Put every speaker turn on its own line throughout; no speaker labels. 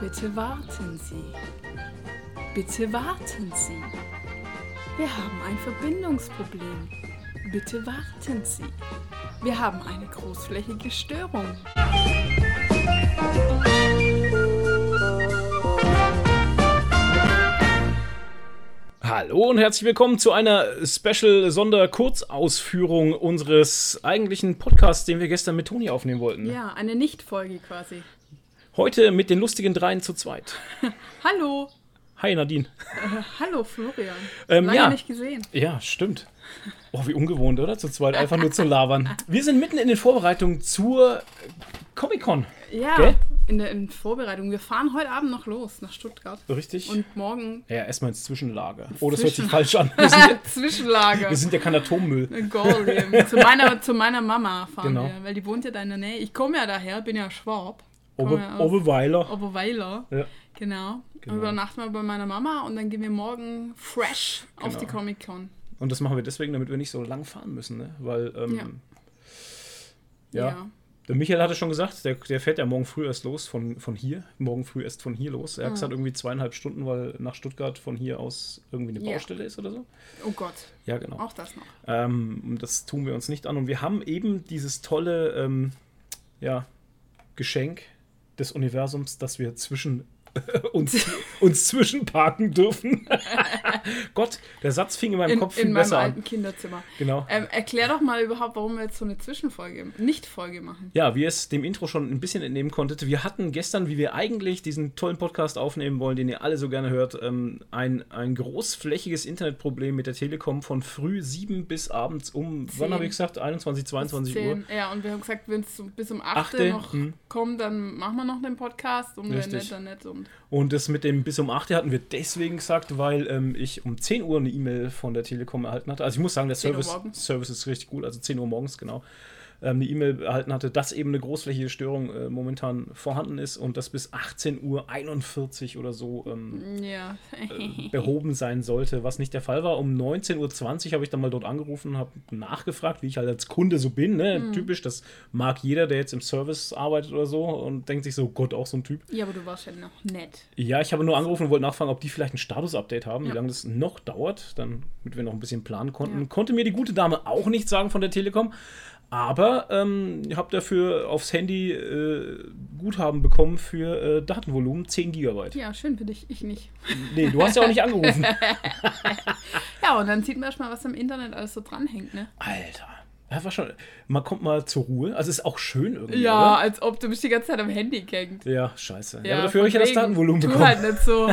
Bitte warten Sie. Bitte warten Sie. Wir haben ein Verbindungsproblem. Bitte warten Sie. Wir haben eine großflächige Störung.
Hallo und herzlich willkommen zu einer Special-Sonder-Kurzausführung unseres eigentlichen Podcasts, den wir gestern mit Toni aufnehmen wollten.
Ja, eine Nichtfolge quasi.
Heute mit den lustigen Dreien zu zweit.
Hallo.
Hi Nadine.
Äh, hallo Florian.
Ähm,
Lange
ja.
nicht gesehen.
Ja, stimmt. Oh, wie ungewohnt, oder? Zu zweit einfach nur zu labern. Wir sind mitten in den Vorbereitungen zur Comic-Con.
Ja,
Gell?
in der in Vorbereitung. Wir fahren heute Abend noch los nach Stuttgart.
Richtig?
Und morgen
ja, erstmal ins Zwischenlager. Oh, das hört sich
Zwischen-
falsch an. Wir sind,
Zwischenlager.
wir sind ja kein Atommüll.
Gorleben. zu, meiner, zu meiner Mama fahren
Genau.
wir, weil die wohnt ja da in der Nähe. Ich komme ja daher, bin ja Schwab. Komme
Ober,
ja aus
Oberweiler.
Oberweiler.
Ja.
Genau.
Genau.
Und übernachten wir bei meiner Mama und dann gehen wir morgen fresh auf
Genau.
die Comic-Con.
Und das machen wir deswegen, damit wir nicht so lang fahren müssen, ne? Weil, ähm, ja. Der Michael hatte schon gesagt, der, der fährt ja morgen früh erst los von, von hier. Morgen früh erst von hier los.
Ah.
Er hat gesagt, irgendwie zweieinhalb Stunden, weil nach Stuttgart von hier aus irgendwie eine
Ja.
Baustelle ist oder so.
Oh Gott,
Ja, genau.
auch das noch.
Ähm, und das tun wir uns nicht an. Und wir haben eben dieses tolle ähm, ja, Geschenk des Universums, dass wir zwischen uns, uns zwischenparken dürfen. Gott, der Satz fing in meinem
In,
Kopf viel
in meinem
besser
alten
an.
Kinderzimmer.
Genau.
Ähm, erklär doch mal überhaupt, warum wir jetzt so eine Zwischenfolge, Nicht-Folge machen.
Ja, wie ihr es dem Intro schon ein bisschen entnehmen konntet, wir hatten gestern, wie wir eigentlich diesen tollen Podcast aufnehmen wollen, den ihr alle so gerne hört, ähm, ein, ein großflächiges Internetproblem mit der Telekom von früh 7 bis abends um, wann
Zehn.
habe ich gesagt, 21, 22 Uhr.
Zehn. Ja, und wir haben gesagt, wenn es bis um 8
Achte,
noch
hm.
kommt, dann machen wir noch den Podcast und wenn
Richtig.
nicht, dann nicht. Und
Und das mit dem bis um 8 Uhr hatten wir deswegen gesagt, weil ähm, ich um 10 Uhr eine E-Mail von der Telekom erhalten hatte. Also ich muss sagen, der
10 Uhr
Service,
morgens.
Service ist richtig gut, also 10 Uhr morgens genau. Ähm, eine E-Mail erhalten hatte, dass eben eine großflächige Störung äh, momentan vorhanden ist und das bis 18.41 Uhr oder so ähm,
ja.
behoben sein sollte, was nicht der Fall war. Um 19.20 Uhr habe ich dann mal dort angerufen, habe nachgefragt, wie ich halt als Kunde so bin. Ne?
Mhm.
Typisch, das mag jeder, der jetzt im Service arbeitet oder so und denkt sich so, Gott, auch so ein Typ.
ja, aber du warst ja noch nett.
Ja, ich habe nur angerufen und wollte nachfragen, ob die vielleicht ein Status-Update haben, wie
Ja.
lange das noch dauert, dann, damit wir noch ein bisschen planen konnten.
Ja.
Konnte mir die gute Dame auch nichts sagen von der Telekom, aber ähm, ich habe dafür aufs Handy äh, Guthaben bekommen für äh, Datenvolumen 10 Gigabyte.
Ja, schön für dich, ich nicht.
Nee, du hast ja auch nicht angerufen.
Ja, und dann sieht man erstmal, was im Internet alles so dranhängt, ne?
Alter, das war schon. Man kommt mal zur Ruhe. Also ist auch schön irgendwie.
Ja,
Oder?
als ob du mich die ganze Zeit am Handy gängt.
Ja, scheiße. Ja, aber dafür habe ich ja
von
das
wegen.
Datenvolumen
tu
bekommen.
Halt nicht so.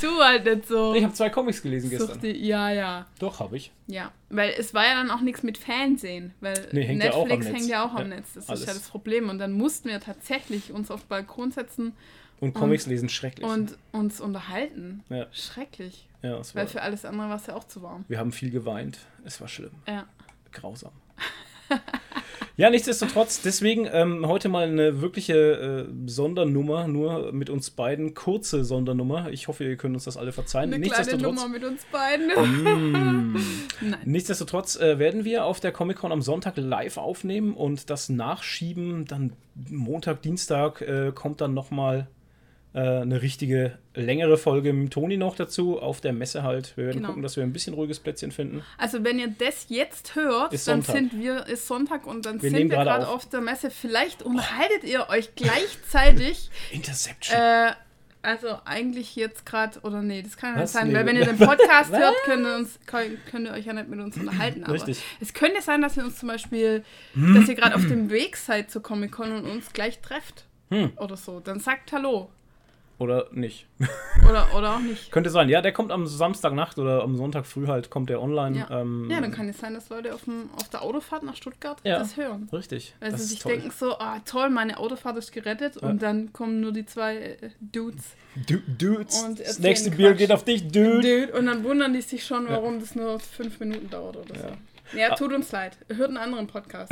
tu halt nicht so.
Ich habe zwei Comics gelesen
Such
gestern.
die, ja, ja,
Doch, habe ich.
ja. Weil es war ja dann auch nichts mit Fernsehen. Weil
Nee, hängt ja auch am
Netflix
Netz.
hängt ja auch am
Ja,
Netz. Das
alles.
ist ja das Problem. Und dann mussten wir tatsächlich uns auf den Balkon setzen
Und Comics lesen schrecklich.
und uns unterhalten.
Ja.
Schrecklich.
ja, es war,
Weil für alles andere war es ja auch zu warm.
wir haben viel geweint. Es war schlimm.
Ja.
grausam. ja, nichtsdestotrotz, deswegen ähm, heute mal eine wirkliche äh, Sondernummer, nur mit uns beiden, kurze Sondernummer. Ich hoffe, ihr könnt uns das alle verzeihen.
Eine kleine
nichtsdestotrotz,
Nummer mit uns beiden. Nein.
nichtsdestotrotz äh, werden wir auf der Comic-Con am Sonntag live aufnehmen und das nachschieben. Dann Montag, Dienstag äh, kommt dann nochmal äh, eine richtige längere Folge mit Toni noch dazu, auf der Messe halt. Wir werden
Genau.
gucken, dass wir ein bisschen ruhiges Plätzchen finden.
Also wenn ihr das jetzt hört,
Ist
dann
Sonntag.
sind wir, ist Sonntag und dann
Wir
sind wir
nehmen gerade
gerade
auf.
auf. der Messe. Vielleicht unterhaltet ihr euch gleichzeitig.
Interception.
äh, also eigentlich jetzt gerade, oder nee, das kann ja
Was?
nicht sein,
Nee.
weil wenn ihr den Podcast hört, könnt ihr, uns, könnt, könnt ihr euch ja nicht mit uns unterhalten. Aber
Richtig. Hm?
es könnte sein, dass ihr uns zum Beispiel, dass ihr gerade auf dem Weg seid zur Comic-Con und uns gleich trefft.
Hm.
Oder so. Dann sagt Hallo.
Oder nicht.
Oder, oder auch nicht.
Könnte sein, ja, der kommt am Samstagnacht oder am Sonntag früh halt, kommt der online.
Ja.
ähm,
ja, dann kann es sein, dass Leute auf, dem, auf der Autofahrt nach Stuttgart
Ja.
das hören.
Richtig.
Weil
das
sie
ist
Also sich
toll.
denken so, ah toll, meine Autofahrt ist gerettet
Ja.
und dann kommen nur die zwei äh, Dudes.
Du, Dudes,
Und
das
erzählen
nächste
Quatsch.
Bier geht auf dich, Dude.
Dude. Und dann wundern die sich schon, warum das nur fünf Minuten dauert oder so. Ja,
Ah.
tut uns leid. Hört einen anderen Podcast.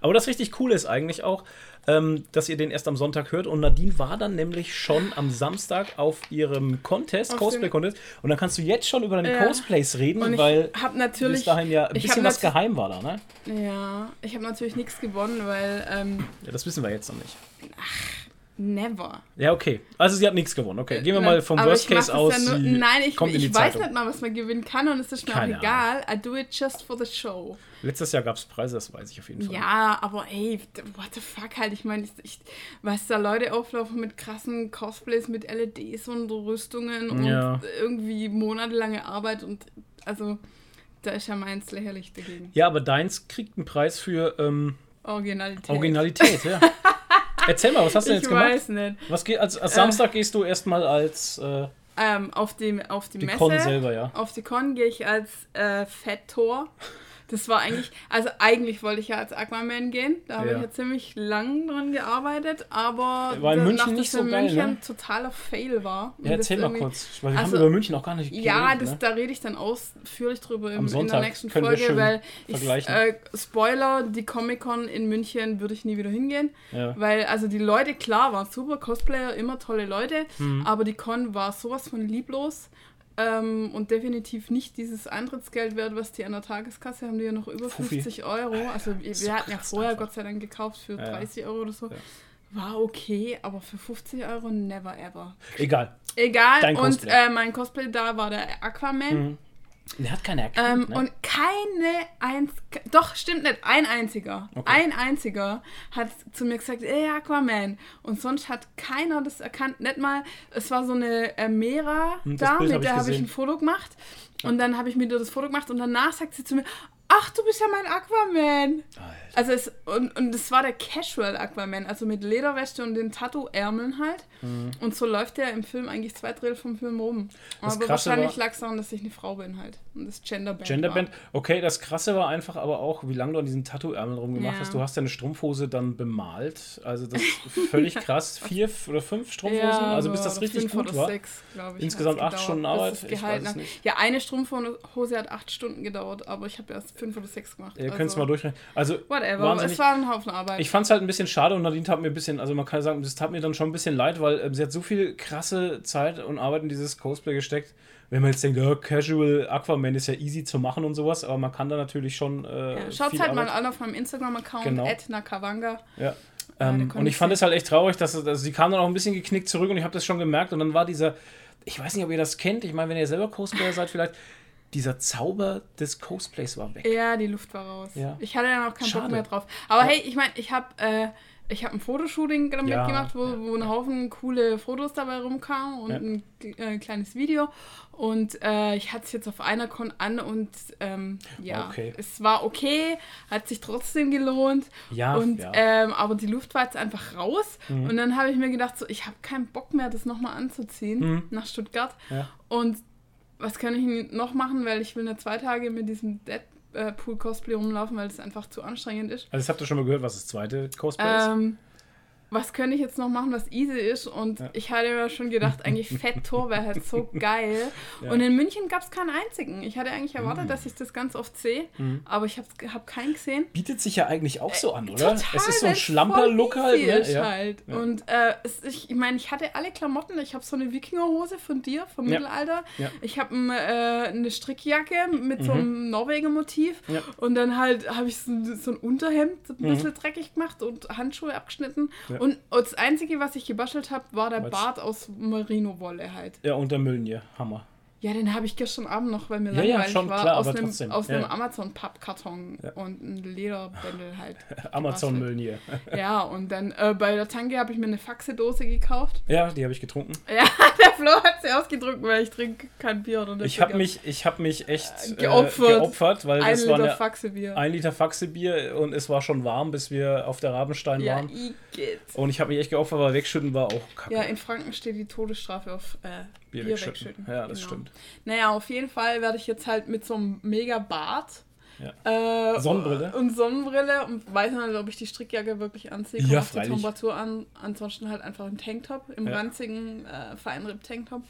Aber das richtig coole ist eigentlich auch, ähm, dass ihr den erst am Sonntag hört. Und Nadine war dann nämlich schon am Samstag auf ihrem Contest,
Auf dem-
Cosplay-Contest. Und dann kannst du jetzt schon über deine
Ja.
Cosplays reden,
Und ich
weil
habe
bis
natürlich.
dahin ja ein
ich
bisschen
hab
was
nat-
geheim war da, ne?
Ja, ich habe natürlich nichts gewonnen, weil ähm,
Ja, das wissen wir jetzt noch nicht.
Never.
Ja, okay. Also sie hat nichts gewonnen. Okay,
Äh,
gehen wir mal vom Worst Case aus.
Ja nur,
sie
nein, ich,
kommt in die
ich weiß
Zeitung.
nicht mal, was man gewinnen kann und es ist mir
Keine
auch egal. I do it just for the show.
Letztes Jahr gab es Preise, das weiß ich auf jeden Fall.
Ja, aber ey, what the fuck halt. Ich meine, ich, ich, was da Leute auflaufen mit krassen Cosplays, mit LEDs und Rüstungen und
Ja.
irgendwie monatelange Arbeit und also da ist ja meins lächerlich dagegen.
Ja, aber deins kriegt einen Preis für ähm,
Originalität.
Originalität, ja. Erzähl mal, was hast du denn
ich
jetzt gemacht?
weiß Äh. nicht.
Was geht, als, als Samstag gehst du erstmal als äh,
Ähm, auf, dem, auf die,
die
Messe.
Con selber, ja.
Auf die Con gehe ich als äh, Fett-Tor. Das war eigentlich, also eigentlich wollte ich ja als Aquaman gehen. Da habe
Ja.
ich ja ziemlich lang dran gearbeitet, aber
War in
da-
München
nachdem
nicht so
in
geil, ne?
München totaler Fail war. und
Ja,
das
erzähl mal
irgendwie-
kurz, weil wir
also-
haben über München auch gar nicht
Ja,
geredet,
das,
ne?
da rede ich dann ausführlich drüber
Am
im, in der
Sonntag
nächsten
können wir
Folge,
schön
weil ich,
vergleichen.
äh, Spoiler, die Comic-Con in München würde ich nie wieder hingehen.
Ja.
Weil, also die Leute, klar, waren super Cosplayer, immer tolle Leute,
Mhm.
aber die Con war sowas von lieblos ähm, und definitiv nicht dieses Eintrittsgeld wert, was die an der Tageskasse haben, die ja noch über
Fuffi.
50 Euro. Also wir,
So
wir hatten ja
krass
vorher
einfach.
Gott sei Dank gekauft für
Ja, ja.
30 Euro oder so.
Ja.
War okay, aber für 50 Euro never ever.
Egal.
Egal,
Dein
und
Cosplay.
äh, mein Cosplay da war der Aquaman.
Mhm. Der hat keiner erkannt,
Ähm,
ne?
Und keine eins, ke- doch stimmt nicht, ein einziger,
Okay.
ein einziger hat zu mir gesagt, ey Aquaman. Und sonst hat keiner das erkannt, nicht mal. Es war so eine äh, Mera
Hm, das
da,
Bild hab
mit
ich
der habe ich
gesehen.
ein Foto gemacht. Und dann habe ich mit ihr das Foto gemacht und danach sagt sie zu mir, ach du bist ja mein Aquaman.
Alter.
Also es, und, und das war der Casual Aquaman, also mit Lederweste und den Tattoo-Ärmeln halt.
Mhm.
Und so läuft der im Film eigentlich zwei Drittel vom Film rum.
Das
Aber
Krasse
wahrscheinlich
war-
lag es daran, dass ich eine Frau bin halt. Und das Genderband.
Genderband.
War.
Okay, das Krasse war einfach aber auch, wie lange du an diesen Tattoo-Ärmeln rumgemacht
Ja.
hast. Du hast deine Strumpfhose dann bemalt. Also das ist völlig krass. Vier f- oder fünf Strumpfhosen, also bis
aber
das richtig
fünf
gut
oder
war.
Sechs, glaub ich,
Insgesamt
hat's
acht
gedauert,
Stunden
bis
Arbeit?
es
Ich
gehalten
weiß es
hat.
nicht.
Ja, eine Strumpfhose hat acht Stunden gedauert, aber ich habe erst fünf oder sechs gemacht.
Ihr könnt es mal durchrechnen. Also
Whatever, aber
wahnsinnig.
es war ein Haufen Arbeit.
Ich fand es halt ein bisschen schade und Nadine tat mir ein bisschen, also man kann sagen, das tat mir dann schon ein bisschen leid, weil ähm, sie hat so viel krasse Zeit und Arbeit in dieses Cosplay gesteckt. Wenn man jetzt denkt, ja, Casual Aquaman ist ja easy zu machen und sowas, aber man kann da natürlich schon. Äh,
ja, Schaut
viel
halt
Arbeit-
mal an auf meinem Instagram-Account,
Genau.
@nakawanga.
Ja.
Ja, der
Ähm,
konnte
und ich
ich
fand
sehen.
es halt echt traurig, dass es- also sie kam dann auch ein bisschen geknickt zurück und ich habe das schon gemerkt. Und dann war dieser, ich weiß nicht, ob ihr das kennt, ich meine, wenn ihr selber Cosplayer seid, vielleicht, dieser Zauber des Cosplays war weg.
Ja, die Luft war raus.
Ja.
Ich hatte dann auch keinen
Schade.
Bock mehr drauf. Aber hey, ich meine, ich habe äh, ich hab ein Fotoshooting damit
Ja,
gemacht, wo,
ja,
wo ein Haufen coole Fotos dabei rumkamen und
Ja.
ein äh, kleines Video. Und äh, ich hatte es jetzt auf einer Con an und ähm, ja,
Okay.
es war okay, hat sich trotzdem gelohnt.
Ja,
und,
ja. Mhm.
Ähm, aber die Luft war jetzt einfach raus. Und dann habe ich mir gedacht, so, ich habe keinen Bock mehr, das nochmal anzuziehen
Mhm.
nach Stuttgart.
Ja.
Und was kann ich noch machen, weil ich will nur zwei Tage mit diesem Deadpool-Cosplay rumlaufen, weil das einfach zu anstrengend ist.
Also, das habt ihr schon mal gehört, was das zweite Cosplay ist.
Ähm, was könnte ich jetzt noch machen, was easy ist? Und
Ja.
ich hatte ja schon gedacht, eigentlich Fett Tor wäre halt so geil.
Ja. Mm.
Und in München gab es keinen einzigen. Ich hatte eigentlich erwartet, dass ich das ganz oft sehe, aber ich habe hab keinen gesehen.
Bietet sich ja eigentlich auch so an, oder?
Äh, Total,
es ist so ein
wenn's
Schlamper-Look
voll
halt,
easy
ne?
ist
Ja.
halt.
Ja.
Und äh, es, ich, ich meine, ich hatte alle Klamotten. Ich habe so eine Wikingerhose von dir, vom
Ja.
Mittelalter.
Ja. Mhm.
Ich habe ein, äh, eine Strickjacke mit so einem Norweger-Motiv.
Ja. Mhm.
Und dann halt habe ich so, so ein Unterhemd ein bisschen dreckig gemacht und Handschuhe abgeschnitten.
Ja.
Und das Einzige, was ich gebastelt habe, war der
Was?
Bart aus Merino-Wolle halt.
ja, und der Müllnier, Hammer.
Ja, den habe ich gestern Abend noch, weil mir
Ja, ja,
langweilig
schon,
war,
klar,
aus
aber
einem,
trotzdem.
aus
Ja,
einem
ja.
Amazon-Pappkarton und einem Lederbändel halt. gebastelt.
Amazon-Müllnier.
Ja, und dann äh, bei der Tanke habe ich mir eine Faxedose gekauft.
Ja, die habe ich getrunken.
Ja, der Flo hat sie ausgedrückt, weil ich trinke kein Bier oder
Ich habe mich, ich hab mich echt äh,
Geopfert.
geopfert, weil
ein
das war
Liter
eine
Faxebier.
ein Liter Faxebier und es war schon warm, bis wir auf der Rabenstein
ja,
waren.
igitt.
Und ich habe mich echt geopfert, weil wegschütten war auch kacke.
Ja, in Franken steht die Todesstrafe auf äh, Bier, wegschütten.
Ja, das
Genau.
stimmt.
Naja, auf jeden Fall werde ich jetzt halt mit so einem mega Bart. Äh,
Sonnenbrille?
Und Sonnenbrille und weiß noch nicht, ob ich die Strickjacke wirklich anziehe.
Ja,
kommt auf die
freilich.
Temperatur an. Ansonsten halt einfach einen Tanktop, im
Ja.
ranzigen, äh, feinripp Tanktop.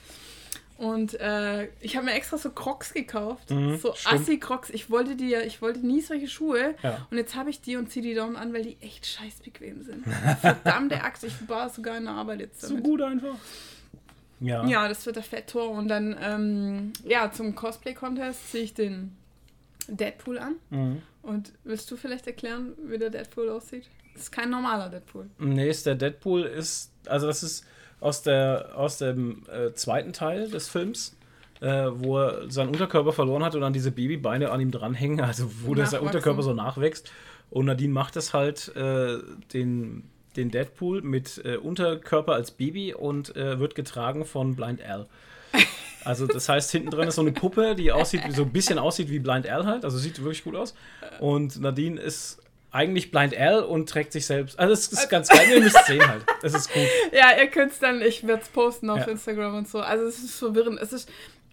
Und äh, ich habe mir extra so Crocs gekauft,
Mhm,
so
stimmt.
assi Crocs. Ich wollte die ja, ich wollte nie solche Schuhe.
Ja.
Und jetzt habe ich die und ziehe die down an, weil die echt scheiß bequem sind. Verdammte Axt, ich war sogar in der Arbeit jetzt
So
damit.
gut einfach. Ja.
Ja, das wird der Fett-Tor. Und dann, ähm, ja, zum Cosplay-Contest ziehe ich den Deadpool an.
Mhm.
Und willst du vielleicht erklären, wie der Deadpool aussieht? Das ist kein normaler Deadpool.
Nee, ist der Deadpool ist, also das ist aus, der, aus dem äh, zweiten Teil des Films, äh, wo er seinen Unterkörper verloren hat und dann diese Babybeine an ihm dranhängen, also wo der sein Unterkörper so nachwächst. Und Nadine macht das halt äh, den, den Deadpool mit äh, Unterkörper als Baby und äh, wird getragen von Blind Al. Also das heißt, hinten dran ist so eine Puppe, die aussieht, so ein bisschen aussieht wie Blind Al halt, also sieht wirklich gut aus. Und Nadine ist eigentlich Blind Al und trägt sich selbst. Also es ist ganz geil, ihr müsst es sehen halt. Es ist gut.
Ja, ihr könnt es dann, ich werde es posten auf ja. Instagram und so. Also es ist verwirrend. Es ist,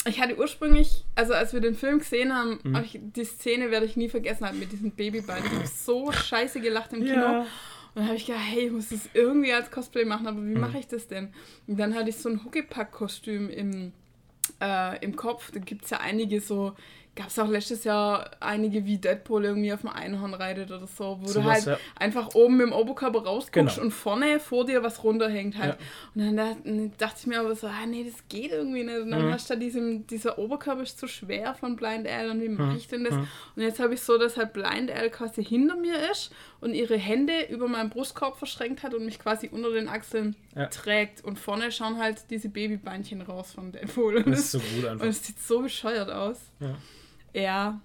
ich hatte ursprünglich, also als wir den Film gesehen haben, mhm. ich, die Szene werde ich nie vergessen halt mit diesem Babybein. Ich habe so scheiße gelacht im Kino. Ja. Und dann habe ich gedacht, hey, ich muss das irgendwie als Cosplay machen, aber wie mhm. mache ich das denn? Und dann hatte ich so ein Huckepack-Kostüm im, äh, im Kopf. Da gibt es ja einige so, gab es auch letztes Jahr einige, wie Deadpool irgendwie auf dem Einhorn reitet oder so, wo so du was, halt ja. einfach oben im Oberkörper rausguckst genau. und vorne vor dir was runterhängt halt. Ja. Und dann dachte ich mir aber so, ah nee, das geht irgendwie nicht. Und dann mhm. hast du da diesem, dieser Oberkörper ist zu schwer von Blind Al und wie mache mhm. ich denn das? Mhm. Und jetzt habe ich so, dass halt Blind Al quasi hinter mir ist und ihre Hände über meinen Brustkorb verschränkt hat und mich quasi unter den Achseln ja. trägt. Und vorne schauen halt diese Babybeinchen raus von Deadpool.
Das ist so gut einfach.
Und es sieht so bescheuert aus. Ja. Ja.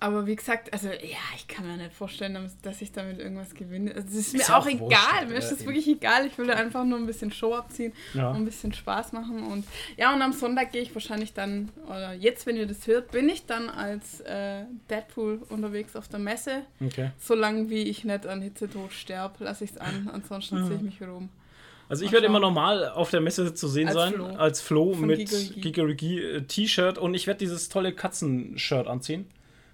Aber wie gesagt, also ja, ich kann mir nicht vorstellen, dass ich damit irgendwas gewinne. Also, das ist, ist mir auch, auch egal. Wurscht, mir ist das eben. wirklich egal. Ich will da einfach nur ein bisschen Show abziehen ja. und ein bisschen Spaß machen. Und ja, und am Sonntag gehe ich wahrscheinlich dann, oder jetzt, wenn ihr das hört, bin ich dann als äh, Deadpool unterwegs auf der Messe.
Okay.
Solange wie ich nicht an Hitzetod sterbe, lasse ich es an. Ansonsten ja. ziehe ich mich wieder um.
Also ich werde immer normal auf der Messe zu sehen als sein, Flo. als Flo Von mit Gigerigi-T-Shirt und ich werde dieses tolle Katzenshirt anziehen.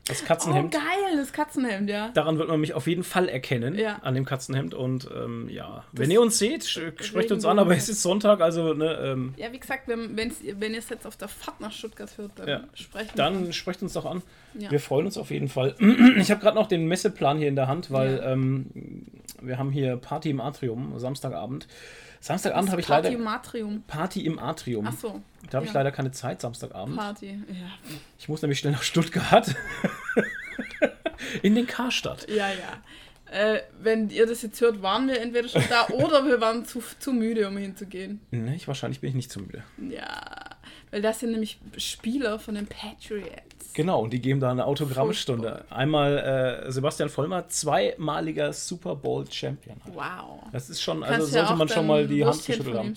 Das Katzenhemd.
Oh, geil, das Katzenhemd, ja.
Daran wird man mich auf jeden Fall erkennen, ja. an dem Katzenhemd. Und ähm, ja, das wenn ihr uns seht, sprecht uns an, aber es ist Sonntag, also, ne, ähm,
Ja, wie gesagt, wenn, wenn ihr es jetzt auf der Fahrt nach Stuttgart hört, dann ja. sprecht
Dann an. sprecht uns doch an. Ja. Wir freuen uns auf jeden Fall. Ich habe gerade noch den Messeplan hier in der Hand, weil ähm, wir haben hier Party im Atrium, Samstagabend. Samstagabend habe ich leider. Hm?
Party im Atrium.
Party im Atrium.
Ach so.
Da habe ja. ich leider keine Zeit Samstagabend.
Party, ja.
Ich muss nämlich schnell nach Stuttgart. In den Karstadt.
Ja, ja. Äh, wenn ihr das jetzt hört, waren wir entweder schon da oder wir waren zu, zu müde, um hinzugehen.
Nee, Ne, ich, wahrscheinlich bin ich nicht zu müde.
Ja, weil das sind nämlich Spieler von den Patriots.
Genau, und die geben da eine Autogrammstunde. Fußball. Einmal äh, Sebastian Vollmer, zweimaliger Super Bowl-Champion.
Halt. Wow.
Das ist schon, also sollte man schon mal die Hand geschüttelt haben.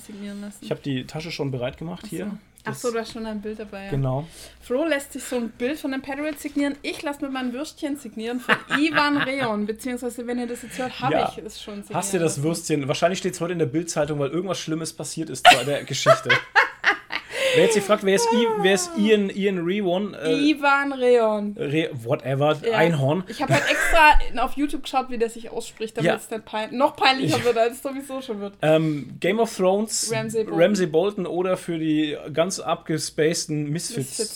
Ich habe die Tasche schon bereit gemacht
Ach
hier.
So. Ach so, du hast schon ein Bild dabei. Ja.
Genau.
Flo lässt sich so ein Bild von den Patriots signieren. Ich lasse mir mein Würstchen signieren von Ivan Reon. Beziehungsweise, wenn ihr das jetzt hört, habe ja. ich es schon signiert.
Hast du das Würstchen? Wahrscheinlich steht es heute in der Bildzeitung, weil irgendwas Schlimmes passiert ist bei der Geschichte. Wer jetzt sich fragt, wer ist, I, wer ist Ian, Ian Rewon?
Äh, Ivan Reon.
Re, whatever, ja. Einhorn.
Ich habe halt extra auf YouTube geschaut, wie der sich ausspricht, damit ja. es dann pein noch peinlicher ich, wird, als es sowieso schon wird.
Ähm, Game of Thrones, Ramsey Bolton. Ramsay Bolton. oder für die ganz abgespaceden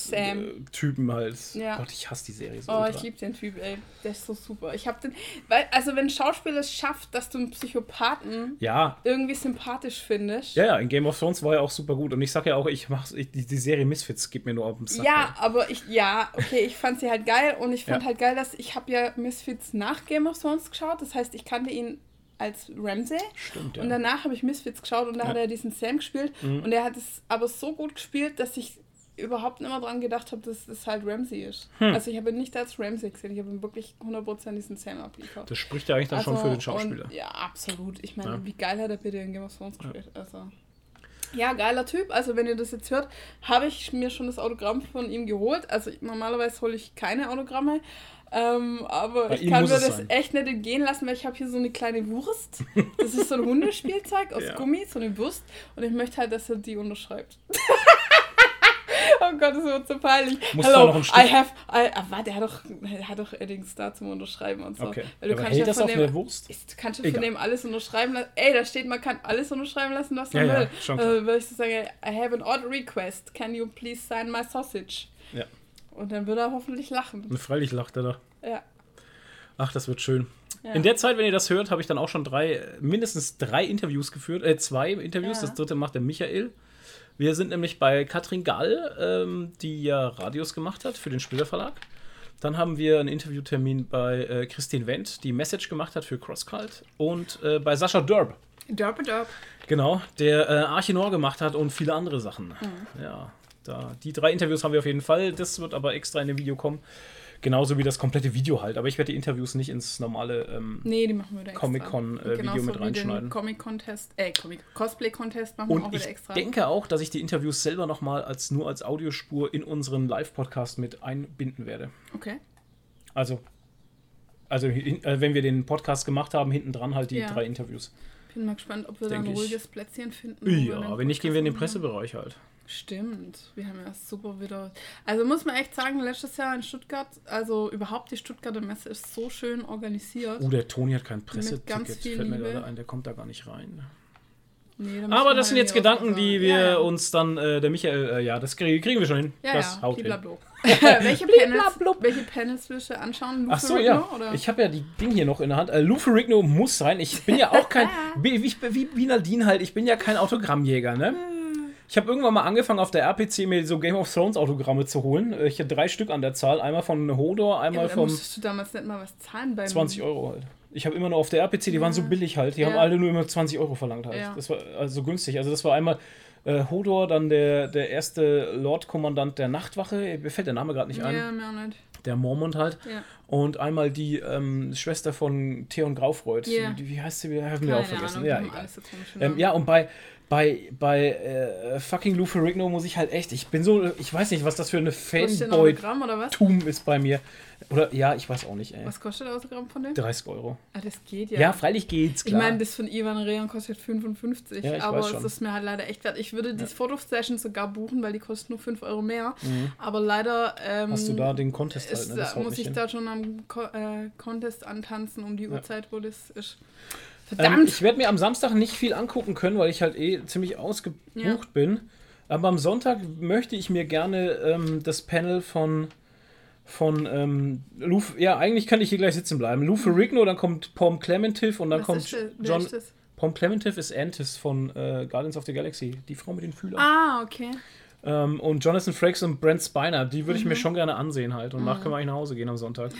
Misfits-Typen Misfits halt. Ja. Gott, ich hasse die Serie so.
Oh, ultra. ich liebe den Typ, ey. Der ist so super. Ich habe den, weil, also wenn ein Schauspieler es schafft, dass du einen Psychopathen
ja.
irgendwie sympathisch findest.
Ja, ja, in Game of Thrones war er auch super gut. Und ich sag ja auch, ich mache die, die, Serie Misfits geht mir nur auf den Sack.
Ja, aber ich, ja, okay, ich fand sie halt geil und ich fand ja. halt geil, dass ich habe ja Misfits nach Game of Thrones geschaut, das heißt, ich kannte ihn als Ramsey.
Stimmt,
ja. Und danach habe ich Misfits geschaut und da ja. hat er diesen Sam gespielt mhm. und er hat es aber so gut gespielt, dass ich überhaupt nicht mehr dran gedacht habe, dass es halt Ramsey ist. Hm. Also ich habe ihn nicht als Ramsey gesehen, ich habe ihn wirklich 100% diesen Sam abgeliefert.
Das spricht ja eigentlich dann also, schon für den Schauspieler.
Und, ja, absolut. Ich meine, wie geil hat er bitte in Game of Thrones gespielt? Also. Ja, geiler Typ. Also, wenn ihr das jetzt hört, habe ich mir schon das Autogramm von ihm geholt. Also, normalerweise hole ich keine Autogramme. Ähm, aber Bei ich kann mir das sein. echt nicht entgehen lassen, weil ich habe hier so eine kleine Wurst. Das ist so ein Hundespielzeug aus ja. Gummi, so eine Wurst. Und ich möchte halt, dass er die unterschreibt. oh Gott, das wird so peinlich. Musst Hello, I have. I, ah, warte, er hat doch, er hat doch Eddings da zum Unterschreiben und so.
Okay. Weil du Aber kannst ja das auf dem, eine Wurst?
Ist, du kannst ja von dem alles unterschreiben lassen. Ey, da steht, man kann alles unterschreiben lassen, was man ja, will. Ja, schon also, würde ich so sagen, I have an odd request. Can you please sign my sausage?
Ja.
Und dann wird er hoffentlich lachen.
Und freilich lacht er da.
Ja.
Ach, das wird schön. Ja. In der Zeit, wenn ihr das hört, habe ich dann auch schon drei, mindestens drei Interviews geführt, äh, zwei Interviews. Das dritte macht der Michael. Wir sind nämlich bei Katrin Gall, ähm, die ja Radios gemacht hat für den Spielerverlag. Dann haben wir einen Interviewtermin bei äh, Christine Wendt, die Message gemacht hat für CrossCult. Und äh, bei Sascha Derb.
Derb und Derb.
Genau, der äh, Archinor gemacht hat und viele andere Sachen. Mhm. Ja, da, die drei Interviews haben wir auf jeden Fall. Das wird aber extra in dem Video kommen. Genauso wie das komplette Video halt. Aber ich werde die Interviews nicht ins normale ähm,
nee, Comic-Con-Video
äh, Video mit reinschneiden.
Comic-Contest, äh, Comic Cosplay-Contest machen
Und
wir auch
ich
wieder extra.
denke auch, dass ich die Interviews selber nochmal als, nur als Audiospur in unseren Live-Podcast mit einbinden werde.
okay.
Also, also hin, äh, wenn wir den Podcast gemacht haben, hinten dran halt die
Ja.
drei Interviews.
Bin mal gespannt, ob wir da ein
Denk ich.
ruhiges Plätzchen finden. wo wir
Ja,
dann
wenn nicht, gehen wir in den
Podcast machen. ne?
Pressebereich halt.
Stimmt, wir haben ja super wieder. Also muss man echt sagen, letztes Jahr in Stuttgart, also überhaupt die Stuttgarter Messe ist so schön organisiert.
Oh, der Toni hat kein
ganz
Presseticket.
viel
Fällt mir
Liebe.
gerade ein, der kommt da gar nicht rein.
Nee, da müssen
Aber
wir
das sind
mal
jetzt
irgendwie
Gedanken,
ausfahren.
die wir
ja, ja.
uns dann, äh, der Michael, äh, ja, das krieg, kriegen wir schon hin.
Ja,
das
ja,
haut hin.
blablabla. welche, Panels,
Bliblablub.
welche Panels willst du anschauen?
Ach so,
Luferigno,
ja.
Oder?
Ich habe ja die Ding hier noch in der Hand. Äh, Luferigno muss sein. Ich bin ja auch kein, wie, wie, wie, wie Nadine halt, ich bin ja kein Autogrammjäger, ne? Ich habe irgendwann mal angefangen, auf der RPC mir so Game of Thrones Autogramme zu holen. Äh, Ich hatte drei Stück an der Zahl. Einmal von Hodor,
ja,
einmal
aber da
von
musstest du damals nicht mal was zahlen bei
20 Euro halt. Ich habe immer nur auf der RPC, die waren so
Ja.
billig halt. Die haben
Ja.
alle nur immer 20 Euro verlangt halt.
Ja.
Das war also günstig. Also das war einmal äh, Hodor, dann der, der erste Lord-Kommandant der Nachtwache. Mir fällt der Name gerade nicht ein.
Ja, mir auch nicht.
Der Mormont halt.
Ja.
Und einmal die ähm, Schwester von Theon Graufreud.
Ja.
Die, wie heißt sie wieder? Haben wir
Keine
auch vergessen.
Ahnung,
ja,
die haben
egal.
alles so komische
Ähm,
Namen.
ja, und bei, bei, bei äh, fucking Lou Ferrigno muss ich halt echt, ich bin so, ich weiß nicht, was das für eine
Kostet ein Autogramm oder was?
Fanboy-Tum ist bei mir. Oder ja, ich weiß auch nicht, ey.
Was kostet ein Autogramm von dem?
30 Euro.
Ah, das geht
Ja,
ja.
freilich geht's,
ich
klar.
meine, das von Ivan Rehan kostet 55,
Ja, ich
aber
weiß schon.
es ist mir halt leider echt wert. Ich würde die Fotosession sogar buchen, weil die kostet nur 5 Euro mehr.
Mhm.
Aber leider ähm,
Hast du da den Contest halt,
ist,
ne? Das haut
muss
nicht
ich
hin.
da schon am Co äh, Contest antanzen um die
Ja.
Uhrzeit, wo das ist.
Ähm,
Verdammt!
ich werde mir am Samstag nicht viel angucken können, weil ich halt eh ziemlich ausgebucht
Ja.
bin. Aber am Sonntag möchte ich mir gerne ähm, das Panel von von ähm, Lou, ja eigentlich kann ich hier gleich sitzen bleiben. Lou Ferrigno, dann kommt Pom Clementif und dann
Mhm. Was
kommt
ist das? Wer
John.
ist das?
Pom Clementif ist Antis von äh, Guardians of the Galaxy, die Frau mit den Fühlern.
Ah, okay.
Ähm, und Jonathan Frakes und Brent Spiner, die würde ich
Mhm.
mir schon gerne ansehen halt. Und danach können wir eigentlich nach Hause gehen am Sonntag.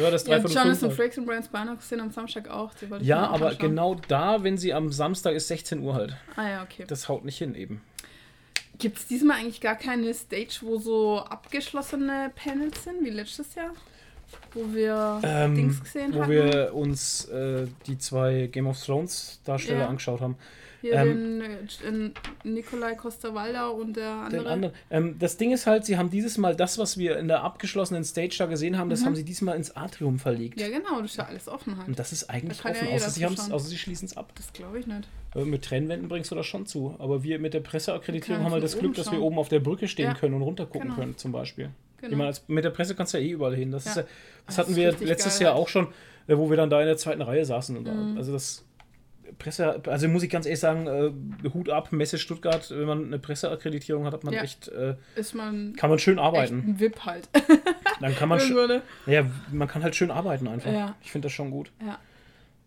ja, das
Ja,
3 von
Jonathan
5.
Frakes und Brian Spiner sind am Samstag auch. Die wollte ich
halt. Ja,
mir auch
aber
anschauen.
genau da, wenn sie am Samstag ist, 16 Uhr halt.
Ah ja, okay.
Das haut nicht hin eben.
Gibt es diesmal eigentlich gar keine Stage, wo so abgeschlossene Panels sind, wie letztes Jahr? Wo wir Dings gesehen
Ähm, wo
haben?
wir uns äh, die zwei Game of Thrones Darsteller
Ja.
angeschaut haben.
Hier den,
ähm,
äh, den Nikolai Costa-Waldau und der andere.
Den anderen. Ähm, das Ding ist halt, sie haben dieses Mal das, was wir in der abgeschlossenen Stage da gesehen haben, das haben sie diesmal ins Atrium verlegt.
Mhm. Ja, genau, das ist ja alles offen halt.
Und das ist eigentlich
Da kann ja
offen,
jeder
außer sie, haben's,
zuschauen.
außer sie schließen es ab.
Das glaube ich nicht.
Äh, Mit Trennwänden bringst du das schon zu. Aber wir mit der
Wir
Presseakkreditierung
können
haben
Genau,
halt
von
das Glück,
oben
dass wir
schauen.
oben auf der Brücke stehen
Ja.
können und runtergucken
Genau.
können, zum Beispiel.
Genau.
Ich meine, als, mit der Presse kannst du ja eh überall hin. Das,
Ja.
ist ja, das
Das
hatten
ist
wir
richtig
letztes
geil Mhm.
Jahr
halt.
auch schon, äh, wo wir dann da in der zweiten Reihe saßen. Und, äh, Also das Presse, also muss ich ganz ehrlich sagen, äh, Hut ab, Messe Stuttgart, wenn man eine Presseakkreditierung hat, hat man
Ja.
echt, äh,
Ist man
kann man schön
echt
arbeiten.
ein Wip halt.
Dann kann man, sch-
Irgendwo, ne?
ja, man kann halt schön arbeiten einfach.
Ja.
Ich finde das schon gut.
ja.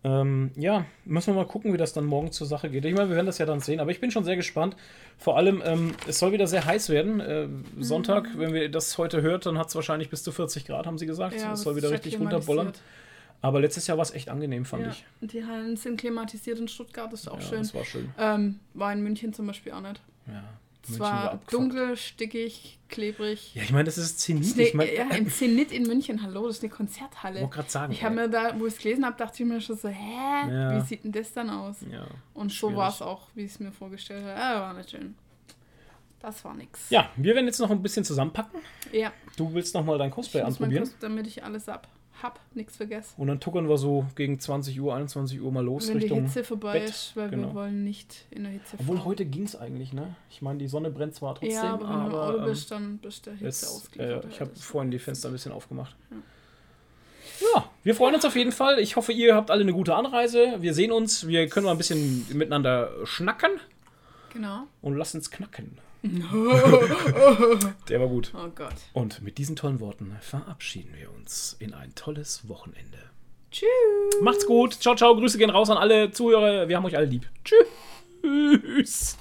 Ähm, ja, müssen wir mal gucken, wie das dann morgen zur Sache geht. Ich meine, wir werden das ja dann sehen, aber ich bin schon sehr gespannt. Vor allem, ähm, es soll wieder sehr heiß werden. Äh, Sonntag, wenn wir das heute hört, dann hat es wahrscheinlich bis zu 40 Grad, haben sie gesagt.
Mhm. Ja,
es
das
soll wieder
ist halt ja
richtig runterbollern.
klimatisiert.
Aber letztes Jahr war es echt angenehm, fand
Ja,
ich.
die Hallen sind klimatisiert in Stuttgart, das ist auch
ja,
schön.
Das war schön.
Ähm, war in München zum Beispiel auch nicht.
Ja,
Es
München
war
abgefuckt.
dunkel, stickig, klebrig.
Ja, ich meine, das ist Zenit.
Nee,
Ich meine,
ja,
äh,
im Zenit in München, hallo, das ist eine
ich
Konzerthalle.
wollte gerade sagen. äh,
Ich habe
ey.
mir da, wo ich es gelesen habe, dachte ich mir schon so, hä,
Ja.
wie sieht denn das dann aus?
ja.
Und so
Schwierig.
war es auch, wie ich es mir vorgestellt habe. Ah, war nicht schön. Das war nix.
ja, wir werden jetzt noch ein bisschen zusammenpacken.
ja.
Du willst nochmal dein Cosplay
Ich muss mal
anprobieren.
kurz, damit ich alles ab hab, nichts vergesse.
Und dann tuckern wir so gegen 20 Uhr, 21 Uhr mal los
Wenn die
Richtung.
Hitze vorbei
Bett.
ist, weil
Genau.
wir wollen nicht in der Hitze
Obwohl
fahren.
heute ging es eigentlich, ne? Ich meine, die Sonne brennt zwar trotzdem,
ja, aber wenn du im
aber.
Auto
ähm,
bist, dann bist du der Hitze
jetzt, äh,
ausgeliefert. halt
ich habe
Alter.
vorhin die Fenster ein bisschen aufgemacht. Ja, wir freuen uns auf jeden Fall. Ich hoffe, ihr habt alle eine gute Anreise. Wir sehen uns. Wir können mal ein bisschen miteinander schnacken
Genau.
und lasst uns knacken. Der war gut.
Oh Gott.
Und mit diesen tollen Worten verabschieden wir uns in ein tolles Wochenende.
Tschüss.
Macht's gut. Ciao, ciao. Grüße gehen raus an alle Zuhörer. Wir haben euch alle lieb. Tschüss.